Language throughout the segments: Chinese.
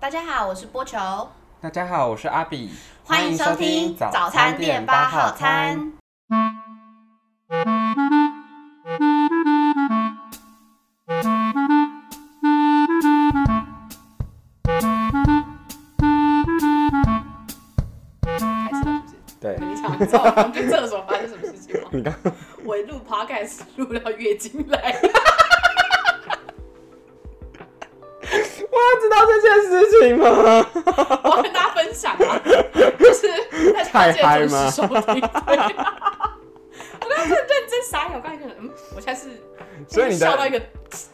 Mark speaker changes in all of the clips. Speaker 1: 大家好，我是波球，
Speaker 2: 大家好，我是阿比，
Speaker 1: 欢迎收听早餐店八号。餐。
Speaker 3: 开始了，是
Speaker 2: 对
Speaker 3: 不是？，你想知道我们去厕所发生什么事情吗？
Speaker 2: 你刚
Speaker 3: 我录 podcast 录到月经来，
Speaker 2: 我要知道这件事情吗？
Speaker 3: 我要跟大家分享啊，就是大家记得准时收听。对我刚刚是认真傻眼，我刚才觉得，嗯，我现在是，
Speaker 2: 所以你的
Speaker 3: 笑到一个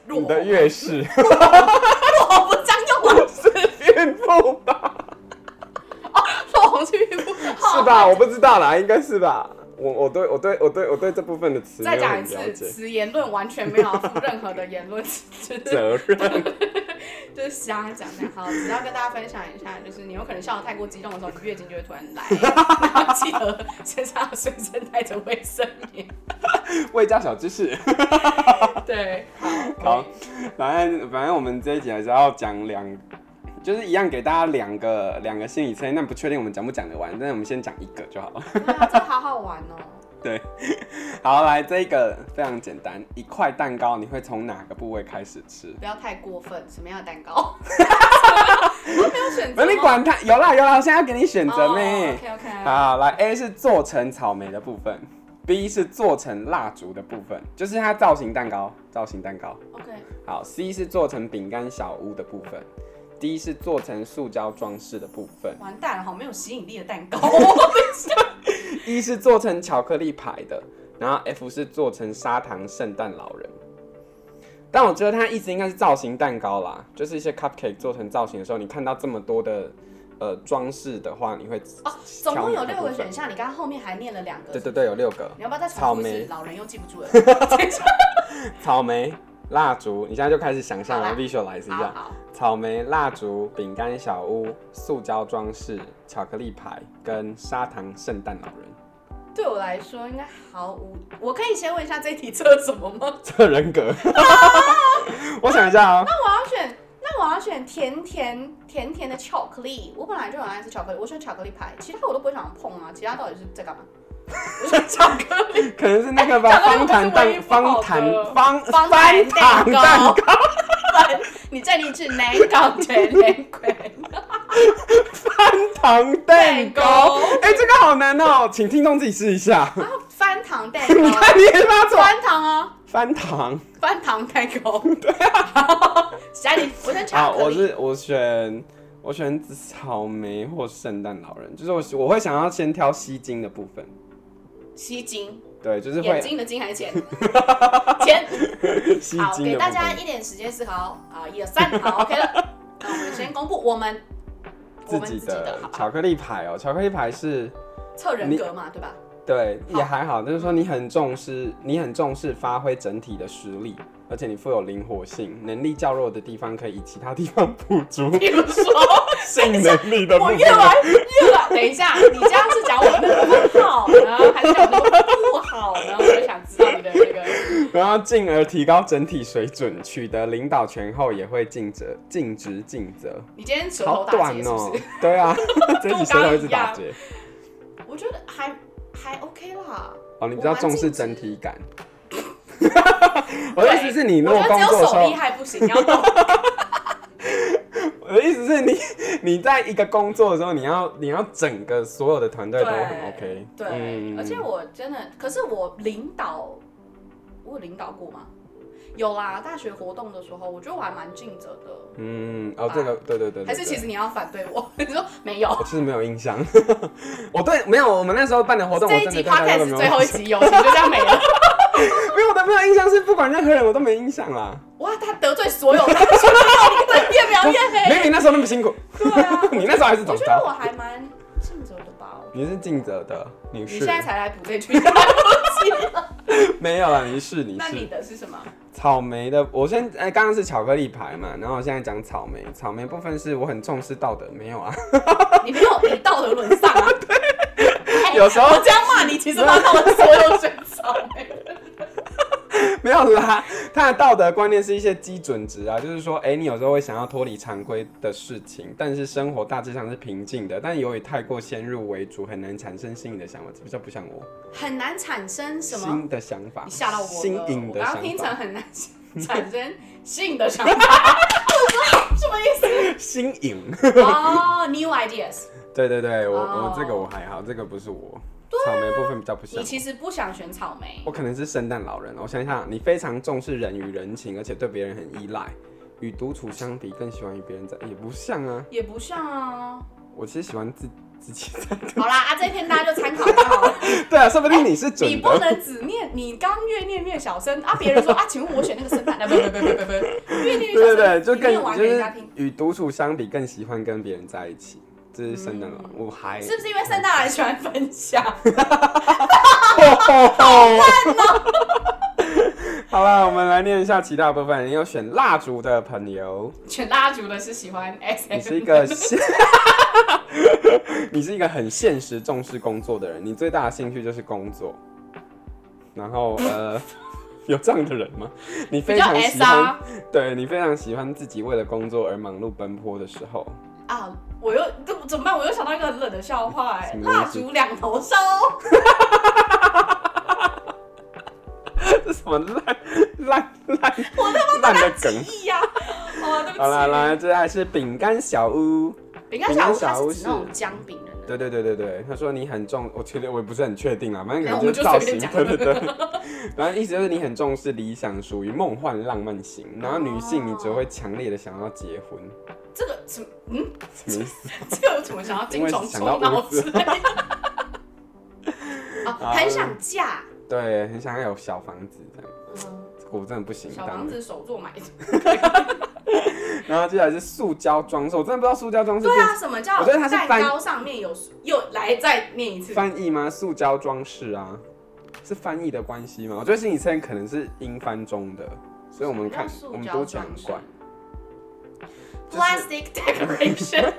Speaker 3: 落
Speaker 2: 你
Speaker 3: 红，
Speaker 2: 的月事
Speaker 3: 落红不是张就完事，
Speaker 2: 孕妇吧？
Speaker 3: 哦，落红是孕妇，
Speaker 2: 是吧？我不知道啦，应该是吧。我我对我对我对我对这部分的词
Speaker 3: 再
Speaker 2: 没有
Speaker 3: 讲一
Speaker 2: 很了解。
Speaker 3: 次，此言论完全没有要负任何的言论，就是
Speaker 2: 责任，
Speaker 3: 就是瞎讲的。好，只要跟大家分享一下，就是你有可能笑得太过激动的时候，你月经就会突 然来，然后记得身上要随身带着卫生棉。
Speaker 2: 未教小知识。
Speaker 3: 对，
Speaker 2: 好，反正反正我们这一集还是要讲两，就是一样给大家两个两个心理测验，但不确定我们讲不讲得完，但是我们先讲一个就好了。
Speaker 3: 对啊，这好好玩哦。
Speaker 2: 对，好，来这个非常简单，一块蛋糕你会从哪个部位开始吃？
Speaker 3: 不要太过分，什么样的蛋糕？ 我没有选择
Speaker 2: 那
Speaker 3: 吗。
Speaker 2: 你管它，有啦有啦，我现在要给你选择呢。
Speaker 3: 哦 OK OK。
Speaker 2: 好，来 A 是做成草莓的部分，B 是做成蜡烛的部分，就是它造型蛋糕，造型蛋糕。
Speaker 3: OK。
Speaker 2: 好，C 是做成饼干小屋的部分，D 是做成塑胶装饰的部分
Speaker 3: 完蛋了，好没有吸引力的 蛋糕。我
Speaker 2: ，E 是做成巧克力牌的，然后 F 是做成砂糖圣诞老人。但我觉得它意思应该是造型蛋糕啦，就是一些 cupcake 做成造型的时候，你看到这么多的呃装饰的话，你会
Speaker 3: 哦，总共有六个选项，你刚刚后面还念了两个。
Speaker 2: 对对对，有六个。
Speaker 3: 你要不要再重
Speaker 2: 草
Speaker 3: 复一
Speaker 2: 莓
Speaker 3: 次？老人又记不 住了。
Speaker 2: 草莓、蜡烛，你现在就开始想象
Speaker 3: 好
Speaker 2: 了
Speaker 3: 啦
Speaker 2: ，visualize 一
Speaker 3: 好
Speaker 2: 下：
Speaker 3: 好，
Speaker 2: 草莓、蜡烛、饼干小屋、塑胶装饰、巧克力牌跟砂糖圣诞老人。
Speaker 3: 对我来说应该毫无。我可以先问一下这一题测什么吗？
Speaker 2: 这人格， 我想一下哦。
Speaker 3: 那我要选，那我要选甜甜甜甜的巧克力。我本来就很爱吃巧克力，我选巧克力派，其他我都不会想碰啊。其他到底是在干 嘛？我选巧克力
Speaker 2: 可能是那个吧，
Speaker 3: 哎
Speaker 2: 方糖
Speaker 3: 巧克
Speaker 2: 蛋，
Speaker 3: 力不是唯一不好
Speaker 2: 方
Speaker 3: 的
Speaker 2: 糖方
Speaker 3: 方
Speaker 2: 翻糖
Speaker 3: 糖蛋
Speaker 2: 蛋
Speaker 3: 糕。你这里是南港甜甜鬼
Speaker 2: 翻糖蛋糕。哎、这个好难哦，请听众自己试一下。
Speaker 3: 翻糖蛋
Speaker 2: 你
Speaker 3: 糕，
Speaker 2: 看你也发错。
Speaker 3: 翻糖啊，
Speaker 2: 翻糖。
Speaker 3: 翻糖蛋糕。 对 啊，家里我选
Speaker 2: 好，
Speaker 3: 巧克
Speaker 2: 我
Speaker 3: 力。
Speaker 2: 是我选我选草莓或圣诞老人，就是我我会想要先挑吸睛的部分，
Speaker 3: 吸睛，
Speaker 2: 对，就是
Speaker 3: 眼
Speaker 2: 会
Speaker 3: 睛的睛还是钱？ 钱。
Speaker 2: 吸
Speaker 3: 好，
Speaker 2: 睛
Speaker 3: 给
Speaker 2: 的部
Speaker 3: 大家
Speaker 2: 分，
Speaker 3: 一点时间思考啊，一二三，好 ，OK 了。那我们先公布我们我们
Speaker 2: 自
Speaker 3: 自
Speaker 2: 己
Speaker 3: 己
Speaker 2: 的
Speaker 3: 的好吧
Speaker 2: 巧克力牌哦，巧克力牌是
Speaker 3: 测人格嘛，对吧？
Speaker 2: 对
Speaker 3: 好
Speaker 2: 也还好，就是说你很重视你很重视发挥整体的实力，而且你富有灵活性，能力较弱的地方可以以其他地方补足
Speaker 3: 比如说，
Speaker 2: 性能力的部
Speaker 3: 我越
Speaker 2: 分。
Speaker 3: 来越来，等一下，你这样是讲我们的不好呢，还是讲我们不好呢？我就想知道你的那个。
Speaker 2: 然后进而提高整体水准，取得领导权后也会尽责尽职尽责。
Speaker 3: 你今天舌
Speaker 2: 好
Speaker 3: 头打
Speaker 2: 短
Speaker 3: 结是
Speaker 2: 哦
Speaker 3: 不是？，
Speaker 2: 对 啊，这
Speaker 3: 跟
Speaker 2: 几
Speaker 3: 我
Speaker 2: 舌
Speaker 3: 刚
Speaker 2: 头
Speaker 3: 刚
Speaker 2: 一直
Speaker 3: 一样
Speaker 2: 打结。
Speaker 3: 我觉得还还 OK 啦。
Speaker 2: 哦，你比
Speaker 3: 我
Speaker 2: 较
Speaker 3: 蛮
Speaker 2: 重
Speaker 3: 尽
Speaker 2: 视
Speaker 3: 职
Speaker 2: 整体 感。我的意思是你如
Speaker 3: 我
Speaker 2: 果
Speaker 3: 觉得
Speaker 2: 工
Speaker 3: 只
Speaker 2: 作
Speaker 3: 有
Speaker 2: 的
Speaker 3: 手厉
Speaker 2: 时
Speaker 3: 害不行，你要懂。
Speaker 2: 候，我的意思是你 你在一个工作的时候，你要你要整个所有的团队都很 OK。嗯
Speaker 3: 对，而且我真的，可是我领导，我有领导过吗？有啦，大学活动的时候，我觉得我还蛮尽责的。
Speaker 2: 嗯，哦，这个对对对对，
Speaker 3: 啊还是其
Speaker 2: 对
Speaker 3: 实你要反对我？ 你说没有？
Speaker 2: 我其实没有印象， 我对没有我们那时候办的活动，我
Speaker 3: 这
Speaker 2: 真
Speaker 3: 一
Speaker 2: 的
Speaker 3: 集
Speaker 2: 对大家都没
Speaker 3: podcast 是
Speaker 2: 有
Speaker 3: 最后一集友情就这样没 了。
Speaker 2: 因为我的没有印象是不管任何人我都没印象啊 啦。
Speaker 3: 哇，他得罪所有，他说你个人越描越黑。
Speaker 2: 明明那时候那么辛苦，
Speaker 3: 欸 对啊，
Speaker 2: 你那时候还是
Speaker 3: 我
Speaker 2: 总
Speaker 3: 觉得
Speaker 2: 招，
Speaker 3: 我还蛮尽责的吧。
Speaker 2: 你是尽责的，你
Speaker 3: 你
Speaker 2: 是
Speaker 3: 现在才来补这句，对不起
Speaker 2: 没有啊，你是你
Speaker 3: 那你
Speaker 2: 是
Speaker 3: 的是什么？
Speaker 2: 草莓的，我先哎，刚刚是巧克力牌嘛，然后我现在讲草莓，草莓部分是我很重视道德，没有啊，
Speaker 3: 你没有你道德沦丧啊？哎
Speaker 2: 有时候
Speaker 3: 我这样骂你，其实骂到了所有选手。
Speaker 2: 没有啦，他的道德观念是一些基准值啊，就是说，哎、你有时候会想要脱离常规的事情，但是生活大致上是平静的，但由于太过先入为主，很难产生新颖的想法，这比较不像我
Speaker 3: 很难产生什么？
Speaker 2: 新的想法，
Speaker 3: 你吓到我了！
Speaker 2: 新颖
Speaker 3: 我
Speaker 2: 的
Speaker 3: 刚
Speaker 2: 想
Speaker 3: 刚听成
Speaker 2: 法，
Speaker 3: 很难产生性的 想法，我说什么意思？
Speaker 2: 新颖。
Speaker 3: 哦、n e w ideas。
Speaker 2: 对对对， 我、
Speaker 3: 哦
Speaker 2: 我这个我还好，这个不是我，草莓部分比较不像
Speaker 3: 你。其实不想选草莓，
Speaker 2: 我可能是圣诞老人，我想想，你非常重视人与人情，而且对别人很依赖。与独处相比，更喜欢与别人在，也不像啊。
Speaker 3: 也不像啊。
Speaker 2: 我其实喜欢自自己在。
Speaker 3: 好啦，啊，这篇大家就参考就好 了。
Speaker 2: 对啊，说不定你是
Speaker 3: 哎你
Speaker 2: 准
Speaker 3: 不
Speaker 2: 的。
Speaker 3: 能只念，你刚越念越小声啊！别人说啊，请问我选那个圣诞？啊不不不不不不，越念越小
Speaker 2: 对对
Speaker 3: 声，
Speaker 2: 对，就
Speaker 3: 你念
Speaker 2: 更
Speaker 3: 完
Speaker 2: 就
Speaker 3: 给人
Speaker 2: 是
Speaker 3: 家听。
Speaker 2: 与独处相比，更喜欢跟别人在一起。这是圣诞老人，我还
Speaker 3: 嗯是不是因为圣诞老人喜欢分享？
Speaker 2: 哦
Speaker 3: 哦
Speaker 2: 好了，我们来念一下其他部分。你有选蜡烛的朋友，
Speaker 3: 全蜡烛的是喜欢 S
Speaker 2: 你
Speaker 3: M，
Speaker 2: 是一个现， 你是一个很现实、重视工作的人。你最大的兴趣就是工作。然后 呃，有这样的人吗？你
Speaker 3: 比
Speaker 2: 非
Speaker 3: 较
Speaker 2: 常喜
Speaker 3: S
Speaker 2: 欢，
Speaker 3: 啊
Speaker 2: 对你非常喜欢自己为了工作而忙碌奔波的时候。
Speaker 3: 啊！我又这怎么办？我又想到一个很冷的笑话、哎
Speaker 2: 什，么
Speaker 3: 蜡
Speaker 2: 意思
Speaker 3: 烛两头烧，哦
Speaker 2: 这什么烂烂烂烂的梗？
Speaker 3: 咦呀！哦，对不起。
Speaker 2: 好啦，来，这还是饼干小屋。
Speaker 3: 饼干小屋
Speaker 2: 饼干小
Speaker 3: 它
Speaker 2: 屋
Speaker 3: 是指那种
Speaker 2: 是
Speaker 3: 姜饼人的，
Speaker 2: 对对对对对，他说你很重，我确定我也不是很确定啦，啊反正可
Speaker 3: 哎
Speaker 2: 能
Speaker 3: 我们
Speaker 2: 是
Speaker 3: 就
Speaker 2: 造
Speaker 3: 随便
Speaker 2: 型，
Speaker 3: 讲
Speaker 2: 对对对。然后意思就是你很重视理想，属于梦幻浪漫型，然后女性你只会强烈的想要结婚，
Speaker 3: 这个什么？嗯，
Speaker 2: 什么意思？
Speaker 3: 这个有什么想要精虫冲脑之 类的？啊，很想嫁。
Speaker 2: 对，很想要有小房子这样，
Speaker 3: 嗯，
Speaker 2: 这个我真的不行。
Speaker 3: 小
Speaker 2: 当
Speaker 3: 房
Speaker 2: 然
Speaker 3: 子手做买的。
Speaker 2: 然后接下来是塑胶装饰，我真的不知道塑胶装饰
Speaker 3: 对啊，
Speaker 2: 变
Speaker 3: 什么叫
Speaker 2: 我觉得它是
Speaker 3: 蛋
Speaker 2: 翻
Speaker 3: 糕上面有又来再念一次？
Speaker 2: 翻译吗？塑胶装饰啊，是翻译的关系吗？我觉得心理测验可能是英翻中的，所以我们看
Speaker 3: 什么叫塑
Speaker 2: 我们
Speaker 3: 胶
Speaker 2: 都讲
Speaker 3: 装饰
Speaker 2: 怪。就是
Speaker 3: plastic decoration。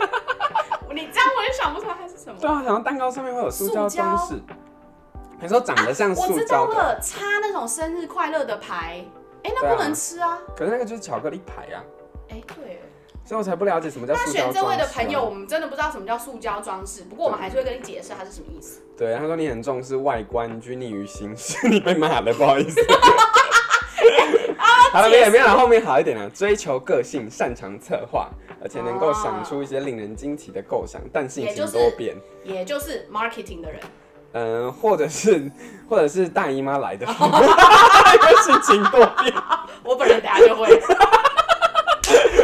Speaker 3: 你这样我也想不出来它是什么。
Speaker 2: 对啊，好像蛋糕上面会有塑胶
Speaker 3: 塑胶
Speaker 2: 装饰。你说长得像
Speaker 3: 我
Speaker 2: 塑
Speaker 3: 知道
Speaker 2: 胶的，
Speaker 3: 了，插那种生日快乐的牌，哎、
Speaker 2: 对
Speaker 3: 那
Speaker 2: 啊
Speaker 3: 不能吃啊。
Speaker 2: 可是那个就是巧克力牌啊，
Speaker 3: 哎、对。
Speaker 2: 所以我才不了解什么叫
Speaker 3: 那
Speaker 2: 塑胶装
Speaker 3: 选
Speaker 2: 饰啊、
Speaker 3: 这位的朋友，我们真的不知道什么叫塑胶装饰，不过我们还是会跟你解释它是什么意思。
Speaker 2: 对他说你很重视外观，拘泥于形式，你被骂了，不好意 思。好了，没有没有啦，后面好一点了。追求个性，擅长策划，而且能够想出一些令人惊奇的构想，但性
Speaker 3: 也就
Speaker 2: 情
Speaker 3: 是
Speaker 2: 多变。
Speaker 3: 也就是 marketing 的人，
Speaker 2: 嗯，或者是 或者是大姨妈来 的， 因为性情多变，
Speaker 3: 我本人等下就会。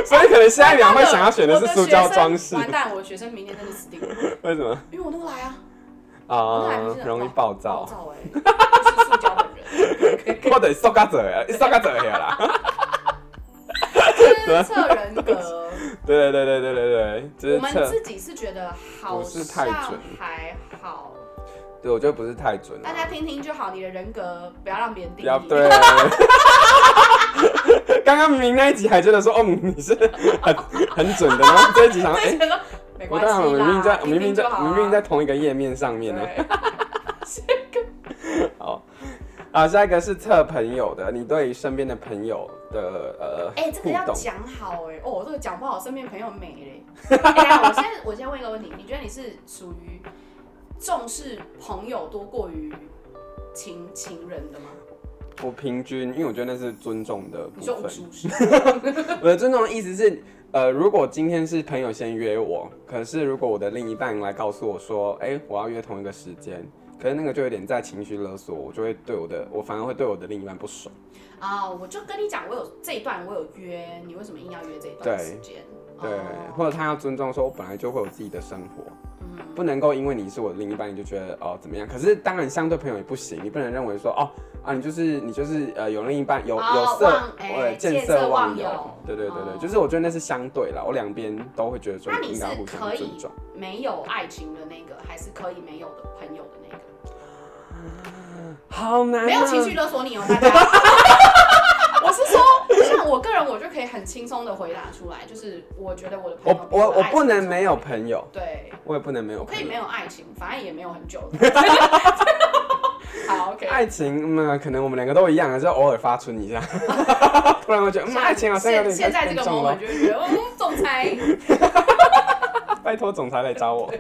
Speaker 2: 所以可能下一秒会想要选的是塑胶装饰
Speaker 3: 我的学生。完蛋，我的学生明天真的死定了，
Speaker 2: 为什么？
Speaker 3: 因为我那个来啊，我那个来不
Speaker 2: 啊
Speaker 3: 是，很
Speaker 2: 容易暴
Speaker 3: 暴
Speaker 2: 躁，
Speaker 3: 躁哎、就是塑胶本 人，
Speaker 2: 或者受嘎嘴啊，受嘎嘴啊 啦。
Speaker 3: 就是测人格。
Speaker 2: 对对对对对对
Speaker 3: 我
Speaker 2: 对，就是
Speaker 3: 们
Speaker 2: 测，
Speaker 3: 自己是觉得好
Speaker 2: 不是太
Speaker 3: 像
Speaker 2: 准
Speaker 3: 还好，
Speaker 2: 对我觉得不是太准啊
Speaker 3: 大。家听听就好，你的人格不要让别人
Speaker 2: 不
Speaker 3: 定
Speaker 2: 要
Speaker 3: 义。
Speaker 2: 对。啊 刚刚明明那一集还觉得说，哦，你是很很准的，然后这一 集想说，哎、
Speaker 3: 就觉得没
Speaker 2: 我
Speaker 3: 关系
Speaker 2: 当
Speaker 3: 啦，
Speaker 2: 然明明在
Speaker 3: 听
Speaker 2: 明明
Speaker 3: 听就
Speaker 2: 在
Speaker 3: 好啊
Speaker 2: 明明在同一个页面上面呢。
Speaker 3: 对
Speaker 2: 好，啊，下一个是测朋友的，你对于身边的朋友的呃
Speaker 3: 哎，这个
Speaker 2: 互
Speaker 3: 要
Speaker 2: 动，
Speaker 3: 讲好 哎，哦，这个讲不好，身边朋友没嘞。哎我先我先问一个问题，你觉得你是属于重视朋友多过于情情人的吗？
Speaker 2: 我平均，因为我觉得那是尊重的部
Speaker 3: 你说无
Speaker 2: 分。
Speaker 3: 舒 适？
Speaker 2: 我的尊重的意思是，呃，如果今天是朋友先约我，可是如果我的另一半来告诉我说，哎、我要约同一个时间，可是那个就有点在情绪勒索，我就会对我的，我反而会对我的另一半不爽。
Speaker 3: 啊，我就跟你讲，我有这一段我有约，你为什么硬要约这一段
Speaker 2: 对
Speaker 3: 时间？
Speaker 2: 对，
Speaker 3: 哦
Speaker 2: 或者他要尊重说，我本来就会有自己的生活，
Speaker 3: 嗯
Speaker 2: 不能够因为你是我的另一半，你就觉得哦怎么样？可是当然，相对朋友也不行，你不能认为说哦啊，你就是你就是呃有另一半有、
Speaker 3: 哦
Speaker 2: 有色
Speaker 3: 忘哎
Speaker 2: 呃
Speaker 3: 见
Speaker 2: 见
Speaker 3: 色
Speaker 2: 色
Speaker 3: 忘
Speaker 2: 忘
Speaker 3: 友
Speaker 2: 友，对对对对，
Speaker 3: 哦
Speaker 2: 就是我觉得那是相对啦，我两边都会觉得说
Speaker 3: 那你
Speaker 2: 应
Speaker 3: 是
Speaker 2: 该互相
Speaker 3: 可以
Speaker 2: 尊重。
Speaker 3: 没有爱情的那个，还是可以没有的朋友的那个？
Speaker 2: 好难、啊，
Speaker 3: 没有情绪勒索你哦，大家。 我是说，像我个人，我就可以很轻松的回答出来，就是我觉得我的朋友
Speaker 2: 我我我不能没有
Speaker 3: 友，
Speaker 2: 朋友，
Speaker 3: 对，
Speaker 2: 我也不能没有
Speaker 3: 我可
Speaker 2: 朋
Speaker 3: 以
Speaker 2: 友
Speaker 3: 没。有爱情，反正也没有很久。 好，OK。
Speaker 2: 爱情，嗯，可能我们两个都一样啊，就偶尔发春一下， 突然会觉得，嗯，爱情好像有
Speaker 3: 现
Speaker 2: 点
Speaker 3: 现在这个
Speaker 2: 太重了
Speaker 3: moment 就会觉得，嗯，总 裁，
Speaker 2: 拜托总裁来找 我。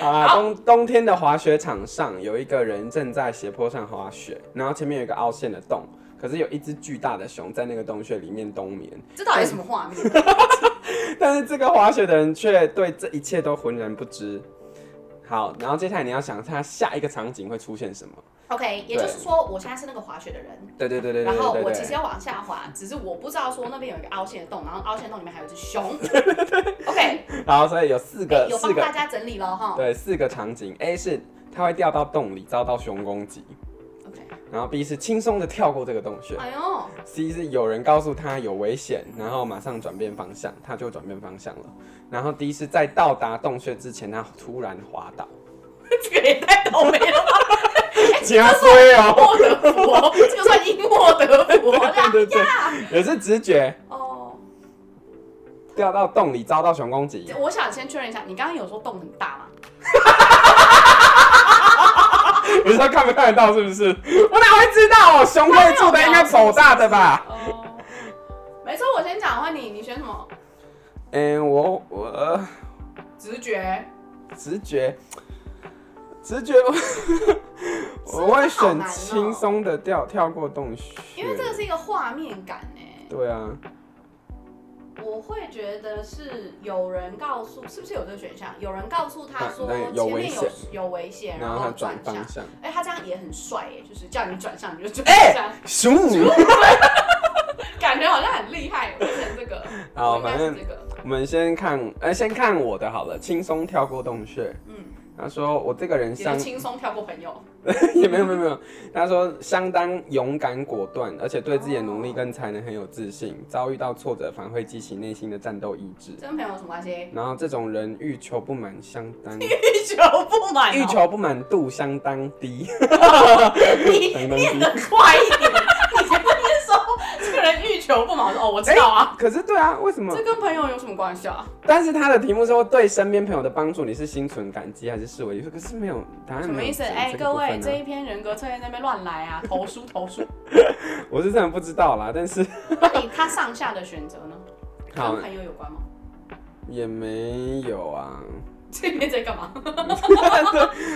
Speaker 2: 好啦，冬冬天的滑雪场上有一个人正在斜坡上滑雪，然后前面有一个凹陷的洞，可是有一只巨大的熊在那个洞穴里面冬眠。
Speaker 3: 这到底是什么画面？
Speaker 2: 但是这个滑雪的人却对这一切都浑然不知。好，然后接下来你要想他下一个场景会出现什么？
Speaker 3: OK，也就是说，我现在是那个滑雪的人，
Speaker 2: 对对对对对
Speaker 3: 然后
Speaker 2: 对
Speaker 3: 我
Speaker 2: 对
Speaker 3: 其实
Speaker 2: 对。
Speaker 3: 要往下滑，只是我不知道说那边有一个凹陷的洞，然后凹陷的洞里面还有一 只熊。OK，
Speaker 2: 然后所以有四
Speaker 3: 哎
Speaker 2: 个、
Speaker 3: 有
Speaker 2: 四
Speaker 3: 帮
Speaker 2: 个
Speaker 3: 大家整理了哈。
Speaker 2: 对四个场景，A 是他会掉到洞里遭到熊攻击，
Speaker 3: OK，
Speaker 2: 然后 B 是轻松的跳过这个洞穴
Speaker 3: 哎呦，
Speaker 2: ，C 是有人告诉他有危险，然后马上转变方向，他就转变方向了。然后 D 是在到达洞穴之前，他突然滑倒，
Speaker 3: 这个也太倒霉了吧！哎
Speaker 2: 加衰
Speaker 3: 因
Speaker 2: 哦，
Speaker 3: 祸得福，这个算因祸得福
Speaker 2: 对
Speaker 3: 啦。
Speaker 2: 对对，也是直觉。
Speaker 3: 哦，
Speaker 2: 掉到洞里遭到熊攻击，
Speaker 3: 我想先确认一下，你刚刚有说洞很大吗？
Speaker 2: 你说看不看得到是不是？我哪会知道哦？熊会住的应该狗大的吧？
Speaker 3: 哦，没错，我先讲的话，你你选什么？
Speaker 2: 嗯、我我、呃
Speaker 3: 直觉。
Speaker 2: 直觉，直觉，我我会选轻松的掉跳过洞穴，
Speaker 3: 哦因为这个是一个画面感呢、
Speaker 2: 对啊，
Speaker 3: 我会觉得是有人告诉，是不是有这个选项？有人告诉他说
Speaker 2: 啊那
Speaker 3: 前
Speaker 2: 那有
Speaker 3: 面有
Speaker 2: 危险
Speaker 3: 有危险，
Speaker 2: 然
Speaker 3: 然
Speaker 2: 后他
Speaker 3: 后
Speaker 2: 转
Speaker 3: 转
Speaker 2: 方
Speaker 3: 向。
Speaker 2: 向，
Speaker 3: 哎、他这样也很帅耶、就是叫你转向你就转
Speaker 2: 哎
Speaker 3: 向，
Speaker 2: 熊，
Speaker 3: 感觉好像很厉害。我选这个，
Speaker 2: 好，
Speaker 3: 应该
Speaker 2: 反
Speaker 3: 是
Speaker 2: 正
Speaker 3: 这个，
Speaker 2: 我们先看，呃，先看我的好了，轻松跳过洞穴。
Speaker 3: 嗯，
Speaker 2: 他说我这个人
Speaker 3: 也就
Speaker 2: 相
Speaker 3: 轻松跳过朋友。
Speaker 2: 也 没有没有没有，他说相当勇敢果断，而且对自己的努力跟才能很有自信，遭遇到挫折反而会激起内心的战斗意志。
Speaker 3: 这跟朋友有什么关系？
Speaker 2: 然后这种人欲求不满相当，
Speaker 3: 欲求不满、
Speaker 2: 欲求不满哦度相当低，
Speaker 3: 你
Speaker 2: 相当
Speaker 3: 念
Speaker 2: 低。
Speaker 3: 的快一点，你不是说这个人欲求不满？我说哦，
Speaker 2: 哎
Speaker 3: 我知道啊，
Speaker 2: 可是对啊，为什么
Speaker 3: 这？跟朋友有什么关系啊？
Speaker 2: 但是他的题目说对身边朋友的帮助，你是心存感激还是视为？可是没有答案
Speaker 3: 什么
Speaker 2: 没
Speaker 3: 意
Speaker 2: 有
Speaker 3: 思？
Speaker 2: 讲
Speaker 3: 哎、
Speaker 2: 这个
Speaker 3: 各
Speaker 2: 部分啊。
Speaker 3: 位，这一篇人格测验在那边乱来 啊，投书投书。
Speaker 2: 我是真的不知道啦，但 是
Speaker 3: 那你哎他上下的选择呢？
Speaker 2: 好
Speaker 3: 跟朋友有关吗？
Speaker 2: 也没有啊。
Speaker 3: 这边在干嘛？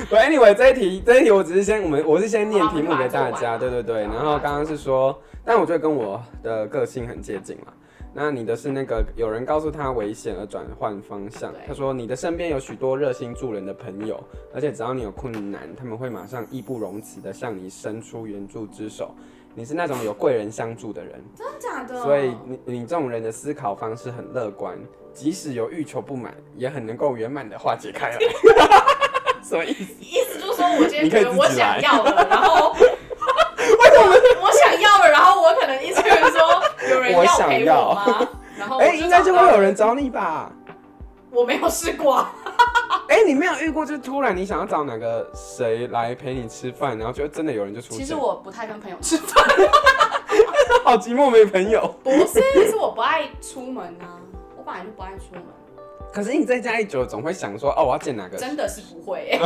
Speaker 2: 不，anyway，这一题，这一题我只是先我们我是先念
Speaker 3: 好啊
Speaker 2: 题目给大
Speaker 3: 我们把它做
Speaker 2: 家，
Speaker 3: 完
Speaker 2: 对对对。然
Speaker 3: 好我
Speaker 2: 后
Speaker 3: 们把它做
Speaker 2: 刚刚是说，但我觉得跟我的个性很接近啦。那你的是那个有人告诉他危险而转换方向
Speaker 3: 对。
Speaker 2: 他说你的身边有许多热心助人的朋友，而且只要你有困难，他们会马上义不容辞的向你伸出援助之手。你是那种有贵人相助的人，
Speaker 3: 真的假的？
Speaker 2: 所以你你这种人的思考方式很乐观，即使有欲求不满，也很能够圆满的化解开来。 什么意思？
Speaker 3: 意思就是说我今天
Speaker 2: 你可
Speaker 3: 觉
Speaker 2: 以
Speaker 3: 得我
Speaker 2: 自己来
Speaker 3: 想要了，然 后我我想要了，然后我可能一直跟人说有人
Speaker 2: 我
Speaker 3: 要
Speaker 2: 想
Speaker 3: 陪
Speaker 2: 要
Speaker 3: 我吗？然哦后我
Speaker 2: 哎、
Speaker 3: 就
Speaker 2: 应该就
Speaker 3: 找
Speaker 2: 会
Speaker 3: 到
Speaker 2: 有人找你吧？
Speaker 3: 我没有试过啊，
Speaker 2: 哎、你没有遇过，就是突然你想要找哪个谁来陪你吃饭，然后就真的有人就出现。
Speaker 3: 其实我不太跟朋友吃饭，
Speaker 2: 好寂寞，没朋友。
Speaker 3: 不是，是我不爱出门啊，我本来就不爱出门，
Speaker 2: 可是你在家一久，总会想说，哦，我要见哪个？
Speaker 3: 真的是不会、 欸。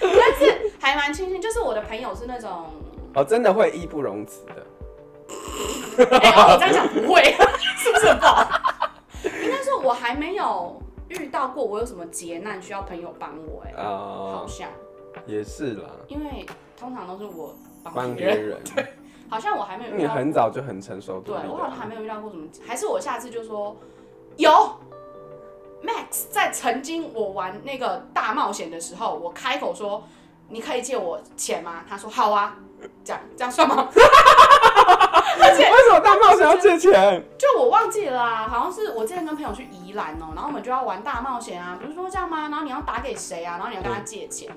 Speaker 3: 但是还蛮庆幸，就是我的朋友是那种，
Speaker 2: 哦，真的会义不容辞的。
Speaker 3: 哎、我这样讲不会， 是不是很不好？应该说我还没有遇到过我有什么劫难需要朋友帮我、哎、好
Speaker 2: 哦，
Speaker 3: 像，
Speaker 2: 也是啦，
Speaker 3: 因为通常都是我帮
Speaker 2: 帮
Speaker 3: 别
Speaker 2: 别
Speaker 3: 人，
Speaker 2: 人。
Speaker 3: 好像我还没有遇
Speaker 2: 你
Speaker 3: 到过
Speaker 2: 很早就很成熟独
Speaker 3: 对
Speaker 2: 立的
Speaker 3: 我好像还
Speaker 2: 啦。
Speaker 3: 没有遇到过什么，还是我下次就说有 Max 在曾经我玩那个大冒险的时候，我开口说你可以借我钱吗？他说好啊，这样这样算吗？
Speaker 2: 为什么大冒险要借钱？
Speaker 3: 就我忘记了啊，好像是我之前跟朋友去宜兰哦、然后我们就要玩大冒险啊，不是说这样吗？然后你要打给谁啊？然后你要跟他借钱。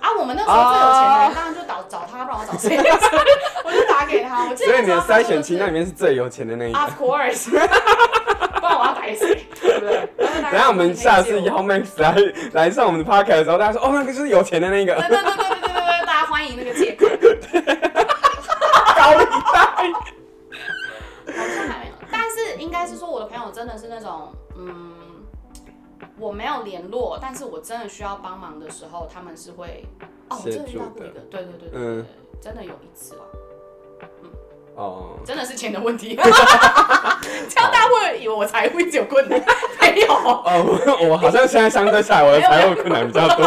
Speaker 3: 啊，我们那时候最有钱的
Speaker 2: 哦
Speaker 3: 人当然就找找他，不然我找谁？ 我就打给他。我记得
Speaker 2: 所以你的
Speaker 3: 那时候他
Speaker 2: 筛
Speaker 3: 说
Speaker 2: 选
Speaker 3: 的
Speaker 2: 清
Speaker 3: 是
Speaker 2: 单里面是最有钱的那一个。
Speaker 3: Of course，不然我要打给谁？对不对？
Speaker 2: 等一下我们下次
Speaker 3: 以后，
Speaker 2: 邀 Max 来来上我们的 podcast 的时候，大家说，哦，那个就是有钱的那个
Speaker 3: 对。对对对对对对对，大家欢迎那个借口。
Speaker 2: 高利贷。
Speaker 3: 好像还没有，但是应该是说我的朋友真的是那种，嗯，我没有联络，但是我真的需要帮忙的时候，他们是会哦，我
Speaker 2: 协
Speaker 3: 真的遇到
Speaker 2: 助
Speaker 3: 过
Speaker 2: 的
Speaker 3: 一个，对对对对对，
Speaker 2: 嗯
Speaker 3: 对真的有一次了，
Speaker 2: 哦，
Speaker 3: 真的是钱的问题，这样大家会以为我财务一直有困难，没有，
Speaker 2: 哦，我我好像现在相对下来，我的财务困难比较 多。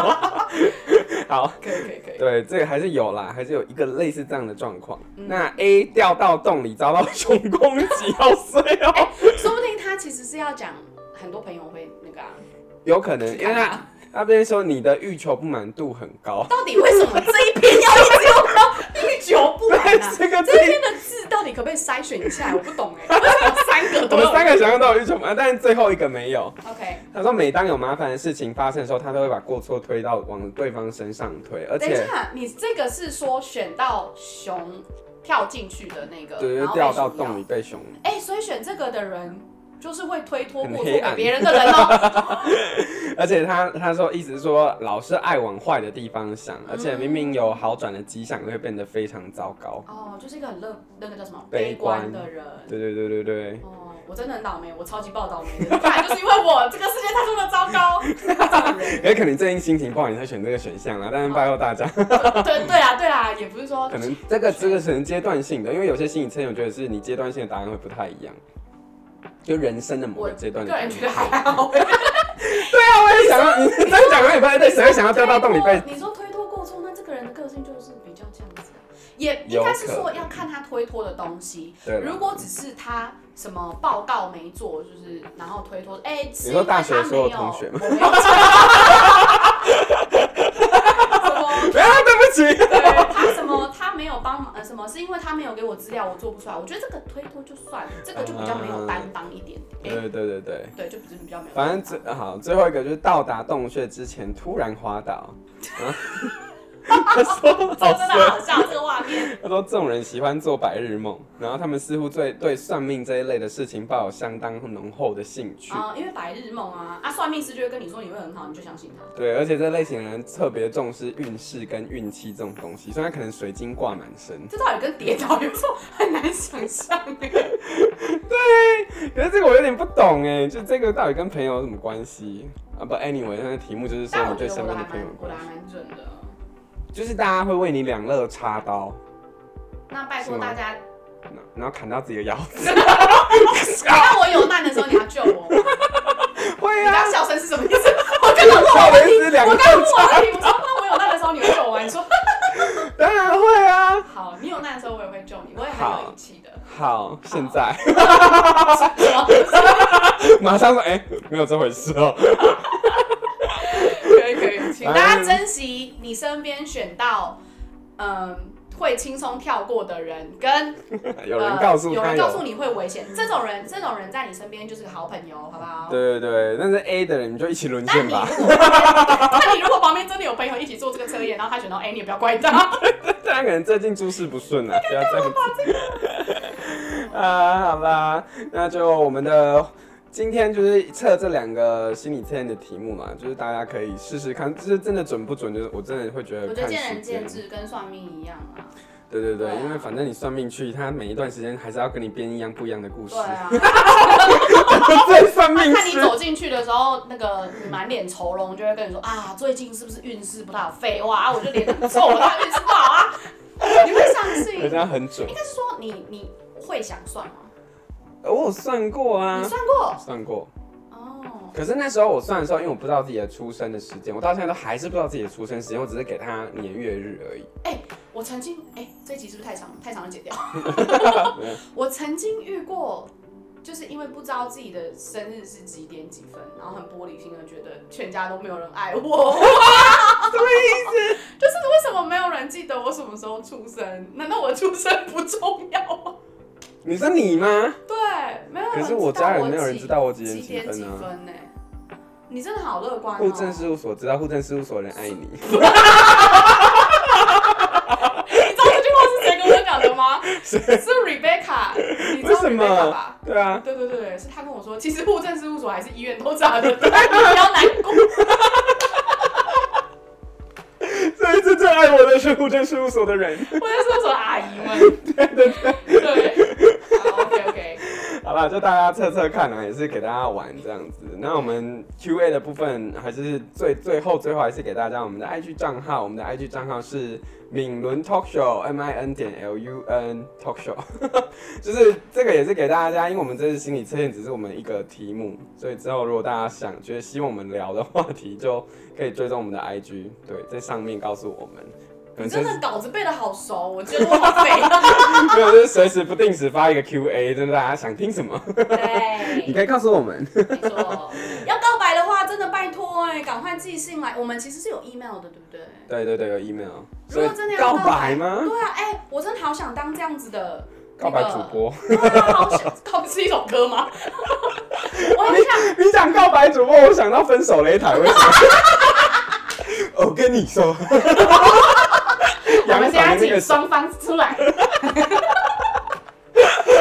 Speaker 2: 好，
Speaker 3: 可以可以可以，
Speaker 2: 对，这个还是有啦，还是有一个类似这样的状况。
Speaker 3: 嗯
Speaker 2: 那 A 掉到洞里遭到熊攻击，好衰哦、
Speaker 3: 说不定他其实是要讲很多朋友会那个、啊，
Speaker 2: 有可呃能，因
Speaker 3: 哎
Speaker 2: 为他他这边说你的欲求不满度很高，？
Speaker 3: 到底为什么这一篇要一直用到欲求不满 啊
Speaker 2: 这个
Speaker 3: 这一篇的字到底可不可以筛选一下？我不懂哎、为什么三个
Speaker 2: 我
Speaker 3: 都
Speaker 2: 们
Speaker 3: 有
Speaker 2: 三个想象都有欲求不满，但是最后一个没有。
Speaker 3: ？OK，
Speaker 2: 他说，每当有麻烦的事情发生的时候，他都会把过错推到往对方身上推，而
Speaker 3: 等一
Speaker 2: 且
Speaker 3: 下，你这个是说选到熊跳进去的那个，
Speaker 2: 对，
Speaker 3: 然
Speaker 2: 就
Speaker 3: 后被
Speaker 2: 掉到
Speaker 3: 熊咬
Speaker 2: 洞里。被熊。
Speaker 3: 哎、所以选这个的人就是会推脱过
Speaker 2: 很
Speaker 3: 错
Speaker 2: 黑
Speaker 3: 给
Speaker 2: 暗
Speaker 3: 别人的人哦。
Speaker 2: 而且他他说，意思是说老是爱往坏的地方想，
Speaker 3: 嗯
Speaker 2: 而且明明有好转的迹象，会变得非常糟糕。
Speaker 3: 哦，就是一个很乐那个叫什么
Speaker 2: 悲
Speaker 3: 悲观
Speaker 2: 观
Speaker 3: 的人。
Speaker 2: 对对对对对，
Speaker 3: 哦，我真的很倒霉，我超级爆倒霉的，看来就是因为我这个世界太多的糟糕。这种人
Speaker 2: 也可能最近心情不好，你才选这个选项啦。但是
Speaker 3: 哦
Speaker 2: 拜托大家，
Speaker 3: 对对啊对啊，也不是说
Speaker 2: 可能这个这个是很阶段性的，因为有些心理测验，我觉得是你阶段性的答案会不太一样，就人生的某
Speaker 3: 我
Speaker 2: 个阶
Speaker 3: 个
Speaker 2: 段。
Speaker 3: 人觉得还好。
Speaker 2: 我也想要，你这样讲也不太对，谁会想要掉到洞里被？
Speaker 3: 你说推脱过错，那这个人的个性就是比较这样子啊，也
Speaker 2: 有
Speaker 3: 应该是
Speaker 2: 可
Speaker 3: 说
Speaker 2: 能
Speaker 3: 要看他推脱的东西。
Speaker 2: 对啦
Speaker 3: 如果只是他什么报告没做，就是然后推脱，哎、
Speaker 2: 你
Speaker 3: 是因
Speaker 2: 说
Speaker 3: 为
Speaker 2: 大
Speaker 3: 他
Speaker 2: 学所
Speaker 3: 没
Speaker 2: 有
Speaker 3: 有，
Speaker 2: 同学吗
Speaker 3: 我没有 做什么
Speaker 2: 不要，啊对不起。
Speaker 3: 对他什么他没有帮忙，呃，什么是因为他没有给我资料，我做不出来。我觉得这个推脱就算了，这个就比较没有担当一点点。哎、
Speaker 2: 对对对对，
Speaker 3: 对，就比较没有担当。
Speaker 2: 反正最好最后一个就是到达洞穴之前突然滑倒。 啊他说
Speaker 3: 这哦
Speaker 2: 好
Speaker 3: 个真的
Speaker 2: 衰，
Speaker 3: 好笑，这个画 面。
Speaker 2: 他说这种人喜欢做白日梦，然后他们似乎对对算命这一类的事情抱有相当浓厚的兴趣。
Speaker 3: 啊、因为白日梦啊，啊，算命师就会跟你说你会很好，你就相信他。
Speaker 2: 对，而且这类型的人特别重视运势跟运气这种东西，所以他可能水晶挂满身。
Speaker 3: 这到底跟跌倒有什么很难想象欸？
Speaker 2: 可是这个我有点不懂哎，就这个到底跟朋友有什么关系啊？不，anyway，那题目就是说
Speaker 3: 但我
Speaker 2: 你对
Speaker 3: 觉得
Speaker 2: 身
Speaker 3: 我的
Speaker 2: 边
Speaker 3: 还
Speaker 2: 的朋友
Speaker 3: 蛮
Speaker 2: 有
Speaker 3: 我
Speaker 2: 关
Speaker 3: 的还
Speaker 2: 系，
Speaker 3: 蛮准的。
Speaker 2: 就是大家会为你两肋插刀，
Speaker 3: 那拜托大家，
Speaker 2: 然后然后砍到自己的腰子。
Speaker 3: 当我有难的时候你要救我。你
Speaker 2: 会
Speaker 3: 刚
Speaker 2: 啊，
Speaker 3: 刚笑声是什么 意思？我刚刚问我问题，
Speaker 2: 是两
Speaker 3: 我
Speaker 2: 个
Speaker 3: 刚刚问我问题，我说那我有难的时候你会救我吗？你说
Speaker 2: 当然会啊。
Speaker 3: 好，你有难的时候我也会救你，我也很有义气的。
Speaker 2: 好，现在
Speaker 3: 什么
Speaker 2: 马上说，哎、没有这回事哦、
Speaker 3: 可以可以，请大家珍惜你身边选到，嗯。会轻松跳过的人，跟
Speaker 2: 有人告诉
Speaker 3: 呃有
Speaker 2: 他
Speaker 3: 人告诉
Speaker 2: 有。
Speaker 3: 你会危险，这种人，这种人在你身边就是个好朋友，好不好？
Speaker 2: 对对对，但是 A 的人你就一起沦
Speaker 3: 但
Speaker 2: 陷
Speaker 3: 你
Speaker 2: 吧。
Speaker 3: 如果， 但你如果旁边真的有朋友一起做这个测验，然后他选到哎 A，你也不要怪他。
Speaker 2: 当然可能最近诸事不顺啊，不要这样子。啊，好吧，那就我们的今天就是测这两个心理测验的题目嘛，就是大家可以试试看，就是真的准不准，就是我真的会觉得
Speaker 3: 我觉得
Speaker 2: 看
Speaker 3: 见
Speaker 2: 时
Speaker 3: 仁见
Speaker 2: 间。
Speaker 3: 智，跟算命一样啊。
Speaker 2: 对对对，
Speaker 3: 对啊
Speaker 2: 因为反正你算命去，他每一段时间还是要跟你编一样不一样的故事
Speaker 3: 对。啊，
Speaker 2: 这算
Speaker 3: 他
Speaker 2: 命
Speaker 3: 啊看你
Speaker 2: 师。
Speaker 3: 走进去的时候，那个你满脸愁容，就会跟你说啊，最近是不是运势不太好？废话，啊我就脸很臭，他运势不好啊，你会相信？
Speaker 2: 人
Speaker 3: 应
Speaker 2: 家很准，
Speaker 3: 该是说你你会想算吗？
Speaker 2: 呃我有算过啊
Speaker 3: 你，算过
Speaker 2: 算过。
Speaker 3: 哦？
Speaker 2: 可是那时候我算的时候，因为我不知道自己的出生的时间，我到现在都还是不知道自己的出生时间，我只是给他年月日而已。
Speaker 3: 我曾经哎、这一集是不是太长？太长了，剪 掉。我曾经遇过，就是因为不知道自己的生日是几点几分，然后很玻璃心的觉得全家都没有人爱我。 什么意思？ 就是为什么没有人记得我什么时候出生？难道我出生不重要吗？
Speaker 2: 你说你吗？
Speaker 3: 对，没有人知
Speaker 2: 可
Speaker 3: 道我
Speaker 2: 是我家人没有人知道我几
Speaker 3: 几
Speaker 2: 点
Speaker 3: 几
Speaker 2: 几
Speaker 3: 点
Speaker 2: 分
Speaker 3: 几
Speaker 2: 啊。
Speaker 3: 分呢、你真的好乐观哦！
Speaker 2: 户政事务所知道，户政事务所的人爱你。
Speaker 3: 你知道这句话是谁跟我讲的吗？ 是 Rebecca，你知
Speaker 2: 为
Speaker 3: 道
Speaker 2: 什么
Speaker 3: Rebecca 吧？
Speaker 2: 对啊，
Speaker 3: 对对对，是他跟我说，其实户政事务所还是医院都查得 到，你不要难 过。
Speaker 2: 所以这最爱我的是户政事务所的人。
Speaker 3: 户政事务所的阿姨们，对对对，对。好，OK OK，
Speaker 2: 好了，就大家测测看啊，也是给大家玩这样子。那我们 Q A 的部分还是最最后最后还是给大家我们的 I G 账号，我们的 I G 账号是敏伦 Talk Show M I N 点 L U N Talk Show，就是这个也是给大家，因为我们这次心理测验只是我们一个题目，所以之后如果大家想觉得希望我们聊的话题，就可以追踪我们的 I G，对，在上面告诉我们。可
Speaker 3: 你
Speaker 2: 能
Speaker 3: 真
Speaker 2: 是
Speaker 3: 的稿子背的好熟，我觉得我好啊废。
Speaker 2: 没有，就是随时不定时发一个 Q A，真的大家想听什么，你
Speaker 3: 对，
Speaker 2: 可以告诉我们。
Speaker 3: 没错。要告白的话，真的拜托哎、赶快寄信来。我们其实是有 email 的，对不对？
Speaker 2: 对对对，有 email。
Speaker 3: 如果真的要
Speaker 2: 告
Speaker 3: 告
Speaker 2: 白
Speaker 3: 白
Speaker 2: 吗？
Speaker 3: 对啊，哎、我真的好想当这样子的。
Speaker 2: 告白主播，
Speaker 3: 对啊，好想， 到底是一首歌吗？ 我很想，
Speaker 2: 你想告白主播，我想到分手擂台，为什么？ 我哦跟你说，
Speaker 1: 我们现在
Speaker 2: 那个
Speaker 1: 请双方出来，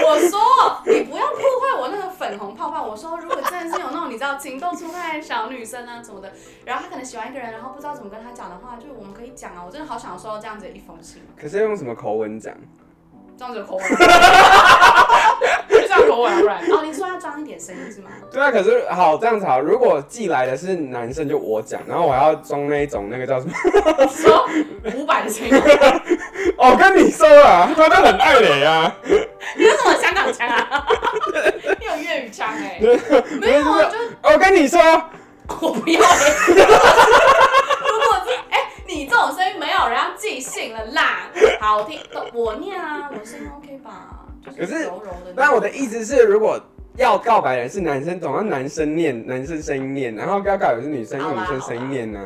Speaker 3: 我说你不要破坏我那个粉红泡泡。我说如果真的是有那种你知道情窦初开的小女生啊什么的，然后她可能喜欢一个人，然后不知道怎么跟他讲的话，就我们可以讲啊。我真的好想收到这样子的一封信，哦
Speaker 2: 可是要用什么口吻讲？
Speaker 3: 这样子的口吻， 就这样口吻啊，不然哦，你说要装一点声音是吗？
Speaker 2: 对啊，可是好这样子好，如果寄来的是男生，就我讲，然后我要装那一种那个叫什么？
Speaker 3: 说 五百的声音，
Speaker 2: 我跟你说啊， 他就很爱你啊，
Speaker 3: 你是什么香港腔啊？ 你有粤语腔哎、没有，
Speaker 2: 我
Speaker 3: 我
Speaker 2: 就
Speaker 3: 就是
Speaker 2: 我哦跟你说，
Speaker 3: 我不要、欸。如果是哎、你这种声音没有人要寄信了啦，好听，我念啊，我声音 OK 吧？就
Speaker 2: 可是
Speaker 3: 是柔柔的。
Speaker 2: 但我的意思是，如果要告白的是男生，总要男生念，男生声音念，然后要告白的是女生，用
Speaker 3: 好啦
Speaker 2: 女生声音念呢、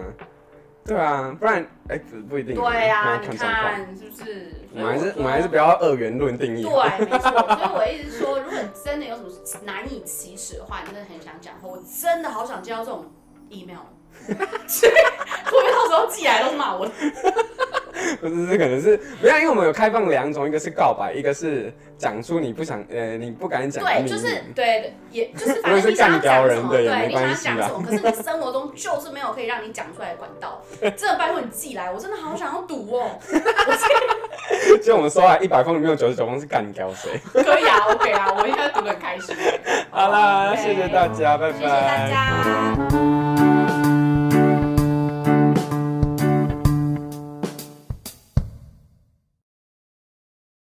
Speaker 2: 对啊，不然哎、不不一定啊。
Speaker 3: 对
Speaker 2: 那
Speaker 3: 呀、啊，你
Speaker 2: 状况
Speaker 3: 看是不是？
Speaker 2: 我们还是
Speaker 3: 所以
Speaker 2: 我
Speaker 3: 说
Speaker 2: 们还是不要二元论定义。啊
Speaker 3: 对，没错。所以我一直说，如果你真的有什么难以启齿的话，你真的很想讲的话，我真的好想接到这种 email。会不会到时候寄来都是骂我的？
Speaker 2: 不是，是可能是没有，因为我们有开放两种，一个是告白，一个是讲出你不想呃你不敢讲的秘
Speaker 3: 对，
Speaker 2: 密。
Speaker 3: 就是对对，也就是
Speaker 2: 我
Speaker 3: 反
Speaker 2: 也是
Speaker 3: 正你想要
Speaker 2: 干掉
Speaker 3: 讲
Speaker 2: 人
Speaker 3: 什么，
Speaker 2: 的也
Speaker 3: 对，
Speaker 2: 没
Speaker 3: 你想
Speaker 2: 关
Speaker 3: 要
Speaker 2: 系啦
Speaker 3: 讲什么，可是你生活中就是没有可以让你讲出来的管道。这拜托你寄来，我真的好想要读哦。
Speaker 2: 就我们说啊，一百封里面有九十九封是干掉谁。
Speaker 3: 可以啊，OK 啊，我应该读的很开心。
Speaker 2: 好啦，
Speaker 3: OK
Speaker 2: 谢谢大家，拜拜。
Speaker 3: 谢谢大家。